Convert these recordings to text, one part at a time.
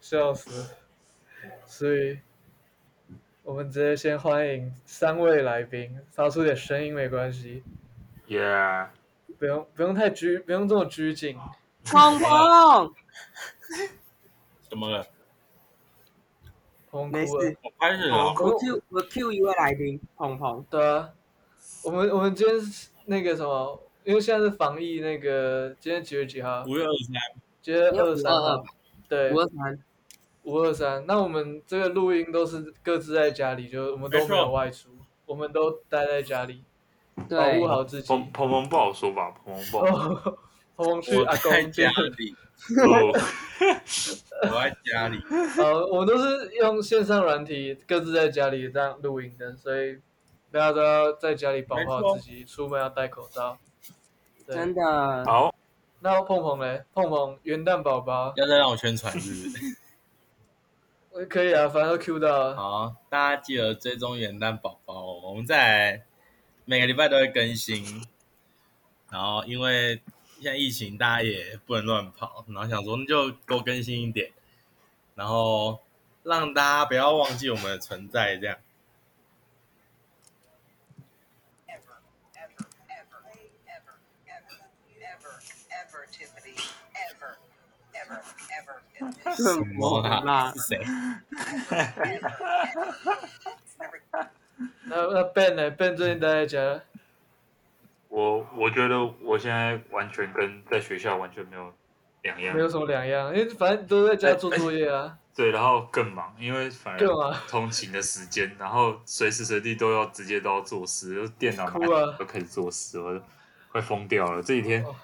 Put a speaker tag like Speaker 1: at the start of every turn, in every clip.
Speaker 1: 笑死！所以，我们直接先欢迎三位来宾，发出点声音没关系，
Speaker 2: Yeah，
Speaker 1: 不用不用太拘，不用这么拘谨。
Speaker 3: 鹏鹏，
Speaker 4: 怎么了？
Speaker 1: 我们
Speaker 3: 没
Speaker 1: 哭了
Speaker 3: 事，，
Speaker 4: 我拍你
Speaker 3: 我
Speaker 4: 了，
Speaker 1: 哦
Speaker 3: Q 我 Q 一位来宾，鹏鹏，
Speaker 1: 对啊，我们我们今天是那个什么，因为现在是防疫那个，今天几月几号？
Speaker 4: 五月二十三，
Speaker 1: 今天
Speaker 3: 今天
Speaker 1: 二三号
Speaker 3: 522，
Speaker 1: 对
Speaker 3: 五，二三，
Speaker 1: 五二三。那我们这个录音都是各自在家里，就我们都
Speaker 4: 没
Speaker 1: 没
Speaker 4: 错
Speaker 1: 有外出，我们都待在家里，保
Speaker 3: 对
Speaker 1: 护，好自己。
Speaker 2: 鹏鹏鹏不好说吧？鹏 鹏不好
Speaker 1: 哦，我们去
Speaker 4: 我
Speaker 1: 阿
Speaker 4: 在
Speaker 1: 公
Speaker 4: 家
Speaker 1: 家。
Speaker 4: 里，
Speaker 2: 说。
Speaker 4: 我在家里，
Speaker 1: 呃，我们都是用线上软体，各自在家里这样录音的，所以大家都要在家里保护
Speaker 4: 没
Speaker 1: 好
Speaker 4: 错
Speaker 1: 自己，出门要戴口罩。对
Speaker 3: 真，的，
Speaker 1: 哦
Speaker 2: 好，
Speaker 1: 那碰碰嘞，碰碰元旦宝宝，
Speaker 4: 要再让我宣传是不是？
Speaker 1: 呃可以啊，反正都 Q 到了。
Speaker 4: 好，大家记得追踪元旦宝宝哦，我们在每个礼拜都会更新。然后因为现在疫情，大家也不能乱跑，然后想说那就多更新一点，然后让大家不要忘记我们的存在，这样。
Speaker 5: ever, Tiffany. Ever, ever, ever. in this
Speaker 3: 什
Speaker 1: 啊
Speaker 3: 么啦
Speaker 4: 是？谁？
Speaker 1: 那那 Ben 呢？Ben 最近待在家，
Speaker 2: 我我觉得我现在完全跟在学校完全没有两样
Speaker 1: 没。有什么两样，因为反正都在家做作业啊。
Speaker 2: 对，然后更忙，因为
Speaker 4: 哎
Speaker 2: 反
Speaker 1: 更忙
Speaker 2: 而通勤的时间，然后随时随地都要直接都要做事，就是电脑
Speaker 1: 哭啊
Speaker 2: 都开始做事，我都快疯掉了。这几天
Speaker 1: 哦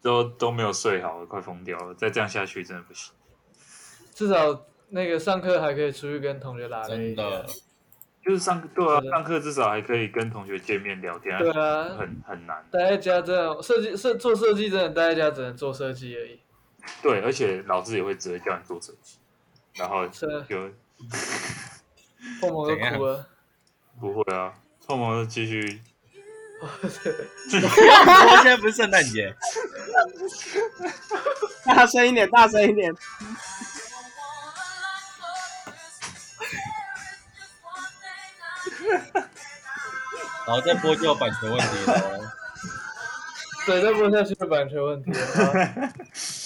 Speaker 2: 都都没有睡好，我快疯掉了。再这样下去真的不行。
Speaker 1: 至少那个上课还可以出去跟同学拉了一
Speaker 4: 真的，
Speaker 2: 就是上对啊
Speaker 1: 是，的
Speaker 2: 上课至少还可以跟同学见面聊天，
Speaker 1: 对啊，
Speaker 2: 很很难。
Speaker 1: 待在家真的设计设做设计真的待在家只能做设计而已。
Speaker 2: 对，而且老师也会直接叫你做设计，然后
Speaker 1: 是啊
Speaker 2: 就
Speaker 1: 碰碰都哭了。
Speaker 2: 不会啊，后面就继续
Speaker 4: 不过现在不是圣诞节，
Speaker 3: 大声一点，大声一点，
Speaker 4: 然后再播就有版权问题了。
Speaker 1: 对，再播下去就版权问题了。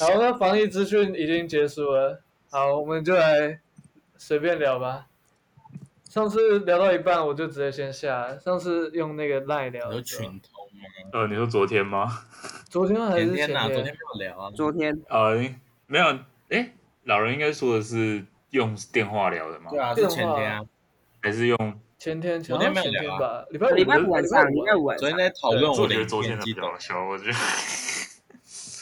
Speaker 1: 好，好那防疫资讯已经结束了，好，我们就来随便聊吧。上次聊到一半，我就直接先下了。上次用那个赖聊
Speaker 4: 哦有
Speaker 1: 的时候，
Speaker 4: 群通吗？
Speaker 2: 呃，你说昨天吗？
Speaker 1: 昨天还
Speaker 4: 前
Speaker 1: 是
Speaker 4: 天
Speaker 1: 前
Speaker 4: 呐、昨天没有聊啊。
Speaker 3: 昨天
Speaker 2: 呃，没有，哎，老人应该说的是用电话聊的吗？
Speaker 4: 对，啊，是
Speaker 1: 电话
Speaker 4: 前天啊。
Speaker 2: 还是用？
Speaker 1: 前天，
Speaker 4: 昨天没有
Speaker 1: 前
Speaker 4: 聊
Speaker 1: 天
Speaker 4: 啊
Speaker 1: 吧，哦礼拜五
Speaker 3: 哦礼拜五晚上，礼拜五晚
Speaker 4: 昨天
Speaker 3: 上，
Speaker 4: 在讨论
Speaker 2: 我
Speaker 4: 哦我的
Speaker 2: 觉得
Speaker 4: 影
Speaker 2: 昨天
Speaker 4: 片
Speaker 2: 的
Speaker 4: 激
Speaker 2: 比
Speaker 4: 动
Speaker 2: 较，好笑，我觉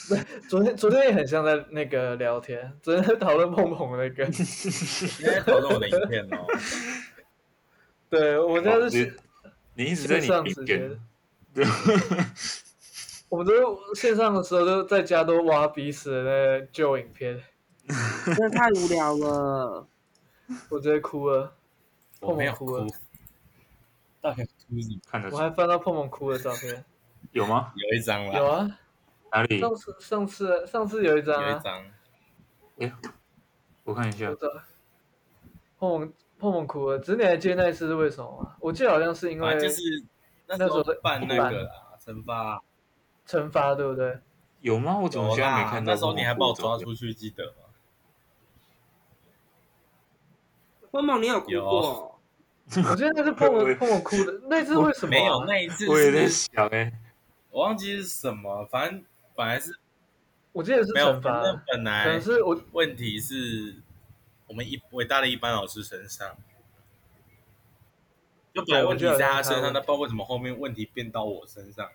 Speaker 2: 得
Speaker 1: 昨天昨天也很像在那个聊天，昨天在讨论碰碰那 个。
Speaker 4: 今天在讨论我的影片 哦。
Speaker 1: 对，我们家
Speaker 2: 哦
Speaker 1: 是
Speaker 2: 你 你一直在
Speaker 1: 线上
Speaker 2: 你
Speaker 1: 直
Speaker 2: 一
Speaker 1: 接
Speaker 2: 边，
Speaker 1: 我们都线上的时候都在家都挖彼此的那个旧影片，
Speaker 3: 真的太无聊 了。
Speaker 1: 我直接哭了。
Speaker 4: 我没有
Speaker 1: 我
Speaker 4: 哭
Speaker 1: 哭，
Speaker 4: 到底哭什么？
Speaker 2: 看得出
Speaker 1: 我还翻到碰碰哭的照片，
Speaker 2: 有吗？
Speaker 4: 有一张啦，
Speaker 1: 有啊，
Speaker 2: 哪里？
Speaker 1: 上次上次上次有一张
Speaker 4: 有
Speaker 1: 啊
Speaker 4: 一，张，
Speaker 2: 我看一下
Speaker 1: 有一，张碰碰碰碰哭了，只是你还记得那一次是为什么啊吗？我记得好像是因
Speaker 4: 反
Speaker 1: 为
Speaker 4: 正啊就是那时候办那个啦，惩罚。
Speaker 1: 惩罚，对不对？
Speaker 2: 有吗？我怎么
Speaker 4: 有
Speaker 2: 现在没
Speaker 4: 啦
Speaker 2: 看到？
Speaker 4: 那时候你还把我抓，出去，记得吗？
Speaker 3: 梦梦，你有哭过？
Speaker 1: 我记得 那是碰碰碰碰哭的，那次为什么啊？
Speaker 4: 没有，那一次
Speaker 2: 我也在
Speaker 4: 是
Speaker 2: 想哎，
Speaker 4: 我忘记是什么，反正本来是
Speaker 1: 我记得是
Speaker 4: 没有，
Speaker 1: 惩
Speaker 4: 反
Speaker 1: 罚，啊
Speaker 4: 正哎
Speaker 1: 可
Speaker 4: 本来
Speaker 1: 能是我
Speaker 4: 问题是我们一伟大的一般老师身上，就本来问题在他身上，那不知道为什么后面问题变到我身上来。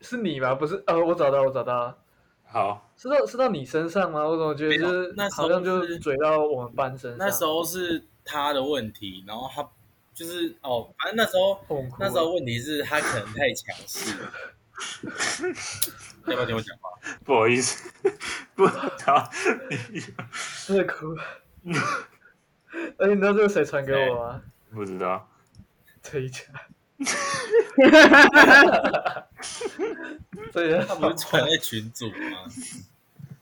Speaker 1: 是你吧？不是，呃，我找到我找到了，
Speaker 2: 好，
Speaker 1: 是到是到你身上吗？我怎么觉得就
Speaker 4: 没有
Speaker 1: 是
Speaker 4: 那时候
Speaker 1: 好像就是是嘴到我们班身上？
Speaker 4: 那时候是他的问题，然后他就是哦，反正那时候
Speaker 1: 碰哭了，
Speaker 4: 那时候问题是他可能太强势了。要不要听我讲话？
Speaker 2: 不好意思， 不，好，
Speaker 1: 真的哭了。 而且你知道这个谁传给我吗？
Speaker 2: 不知道，
Speaker 1: 这一家，这一家
Speaker 4: 他不是传在群组吗？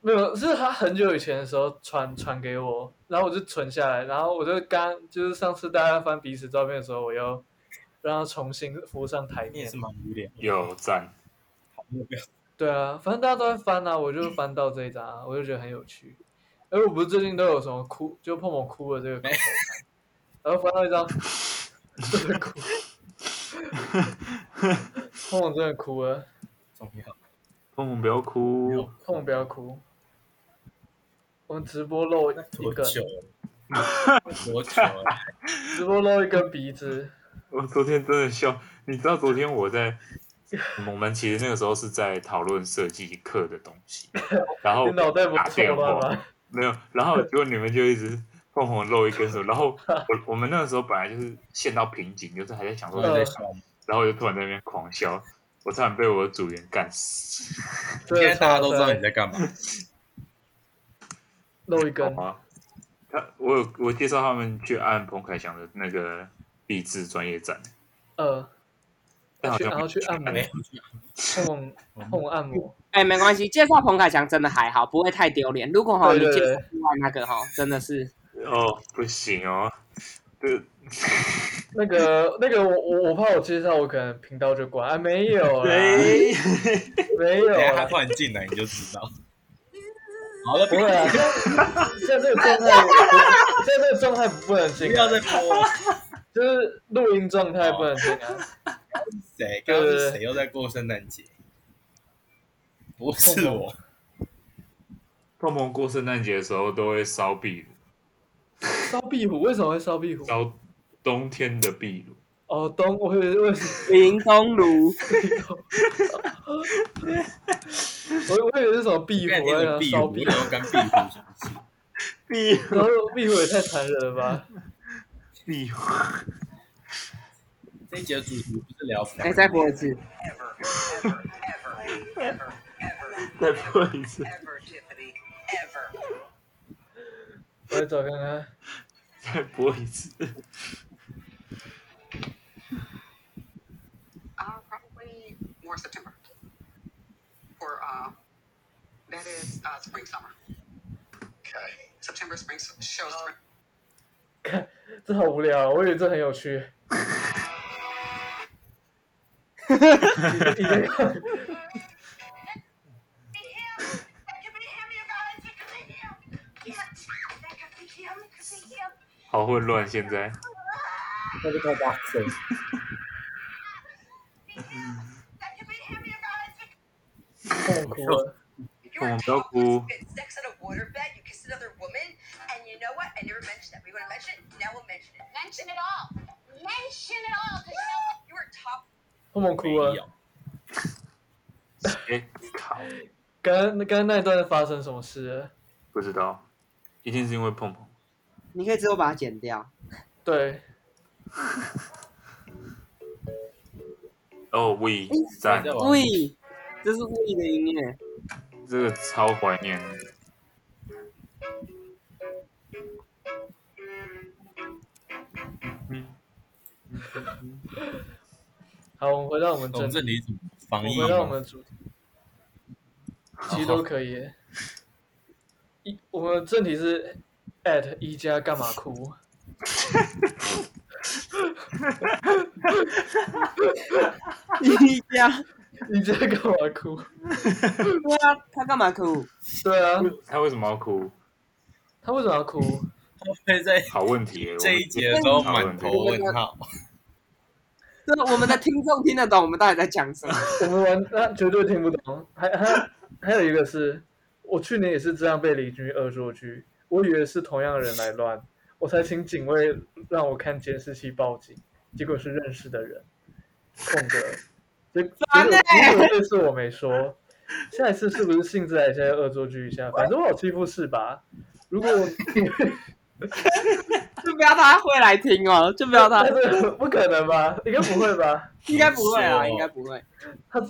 Speaker 1: 没有，啊是他很久以前的时候传传给我，然后我就存下来，然后我就刚就是上次大家翻彼此照片的时候，我又让他重新浮上台
Speaker 4: 你也
Speaker 1: 面
Speaker 4: 是。蛮无聊，
Speaker 2: 有赞，
Speaker 1: 对啊，反正大家都在翻啊，我就翻到这一张啊、我就觉得很有趣。而我不是最近都有什么哭，就碰碰哭的这个口头禅，然后翻到一张， 真的哭，碰碰真的哭了，
Speaker 4: 重要。
Speaker 2: 凤凤不要哭，
Speaker 1: 碰碰不要哭。我们直播露一
Speaker 4: 多
Speaker 1: 根，
Speaker 4: 久了？多久了？
Speaker 1: 直播露一根鼻子，
Speaker 2: 我昨天真的笑，你知道昨天 我在，我们其实那个时候是在讨论设计课的东 西，然后
Speaker 1: 你脑袋不
Speaker 2: 打
Speaker 1: 错
Speaker 2: 电
Speaker 1: 乱
Speaker 2: 话，
Speaker 1: 吧？
Speaker 2: 没有，然后结果你们就一直凤凰露一根手，然后 我我们那个时候本来就是陷到瓶颈，就是还在想说
Speaker 4: 我
Speaker 1: 嗯
Speaker 4: 在笑吗？
Speaker 2: 然后我就突然在那边狂笑，我差点被我的组员干死。
Speaker 1: 真
Speaker 4: 现
Speaker 1: 的
Speaker 4: 在大家都
Speaker 1: 超
Speaker 4: 知道
Speaker 1: 帅
Speaker 4: 你在干嘛。
Speaker 1: 露一根
Speaker 4: 哦
Speaker 2: 好，吗？他我有我介绍他们去按彭凯翔的那个励志专业展，
Speaker 1: 呃，
Speaker 2: 但好像
Speaker 1: 然后去按摩
Speaker 2: 没有
Speaker 1: 碰
Speaker 4: 嗯
Speaker 1: 碰按摩，
Speaker 3: 哎，没关系，介绍彭凯翔真的还好，不会太丢脸。如果哈
Speaker 1: 对
Speaker 3: 你
Speaker 1: 对
Speaker 3: 介
Speaker 1: 对
Speaker 3: 绍另外那个哈，真的是
Speaker 2: 哦，不行哦，这
Speaker 1: 那个那个我我我怕我介绍我可能频道就关，啊没有啦，
Speaker 2: 哎，
Speaker 1: 没有啊
Speaker 4: 等一下他
Speaker 1: 啦，
Speaker 4: 突然进来你就知道。好了，
Speaker 1: 不会 啊，现在这个状态，现在这个状态不能
Speaker 4: 不
Speaker 1: 进
Speaker 4: 要
Speaker 1: 啊，
Speaker 4: 再播
Speaker 1: 就是录音状态不能进
Speaker 4: 哦
Speaker 1: 啊，对
Speaker 4: 谁？
Speaker 1: 对
Speaker 4: 刚刚
Speaker 1: 对
Speaker 4: 是谁又在过圣诞节？不 是我，
Speaker 2: 泡沫过圣诞节的时候都会烧壁炉，
Speaker 1: 烧壁虎为什么会烧壁虎？
Speaker 2: 烧冬天的壁炉。
Speaker 1: 哦，东我以为为什
Speaker 3: 林东
Speaker 1: 么
Speaker 3: 如，
Speaker 1: 我我以为是什么壁
Speaker 4: 干
Speaker 1: 虎，
Speaker 4: 你
Speaker 1: 我
Speaker 4: 怎
Speaker 1: 想说
Speaker 4: 么壁
Speaker 1: 啊烧壁
Speaker 4: 虎？你
Speaker 1: 虎，
Speaker 4: 要干壁虎什么事？
Speaker 2: 壁
Speaker 1: 然后壁虎也太残忍了吧？
Speaker 2: 壁虎，
Speaker 4: 这一节的主题不是聊
Speaker 3: 哎，再播一次，
Speaker 5: ever, ever, ever, ever, ever,
Speaker 2: 再播一次，
Speaker 5: ever, Tiffany, ever.
Speaker 1: 我来找看看，
Speaker 2: 再播一次。
Speaker 5: Uh, probably more September. Or uh, that is uh, spring summer. Okay. September spring s- shows. spring.
Speaker 1: 这好无聊啊，我以为这很有趣。你在看
Speaker 2: 好混乱，现在
Speaker 4: 那个太大声。
Speaker 1: 痛哭 了。
Speaker 5: You're a
Speaker 2: Oh, no,
Speaker 5: topless,
Speaker 2: cool.
Speaker 5: you had sex on a waterbed, you kissed another woman, and you know what? I never mentioned that. We want to mention it, now we'll mention it.
Speaker 6: Mention it all. Mention it all. 'cause you know what?
Speaker 5: You were top
Speaker 1: 碰碰
Speaker 4: 没
Speaker 1: 哭啊了。
Speaker 4: 有，
Speaker 2: 哎，靠，
Speaker 1: 刚刚刚刚那一段发生什么事了？
Speaker 2: 不知道，一定是因为碰碰。
Speaker 3: 你可以之后把它剪掉。
Speaker 1: 对，
Speaker 2: 哦，We 赞，
Speaker 4: 哎
Speaker 3: 喂，这是故意的音乐。
Speaker 2: 这个超怀念的。
Speaker 1: 好，我们回到我们
Speaker 4: 我
Speaker 1: 正
Speaker 4: 们这里怎么防
Speaker 1: 我
Speaker 4: 疫
Speaker 1: 回到我
Speaker 4: 吗？
Speaker 1: 们主题，其实都可以耶。一，我们正题是 at 一家干嘛哭？
Speaker 3: 一家，
Speaker 1: 一家干嘛哭？
Speaker 3: 对啊，他干嘛哭？
Speaker 1: 对啊，
Speaker 2: 他为什么要哭？
Speaker 1: 他为什么要哭？
Speaker 4: 他会 在
Speaker 2: 好问题耶，
Speaker 4: 这一节的时候满头问号。
Speaker 3: 对，我们的听众听得懂我们到底在讲 什么。
Speaker 1: 我们玩他绝对听不懂。还还还有一个是，我去年也是这样被邻居恶作剧，我以为是同样的人来乱，我才请警卫让我看监视器报警，结果是认识的人，空格。结结果
Speaker 3: 烦欸
Speaker 1: 结果这次我没说，下一次是不是性致来先恶作剧一下？反正我有欺负是吧？如果我
Speaker 3: 就不要他会来听哦， 就不要 他，
Speaker 1: 不可能吧？应该不会吧？
Speaker 3: 应该不会
Speaker 4: 是哦
Speaker 3: 啊，应该不会。
Speaker 1: 他这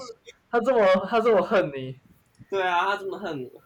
Speaker 1: 他这么他这么恨你，
Speaker 3: 对啊，他这么恨我，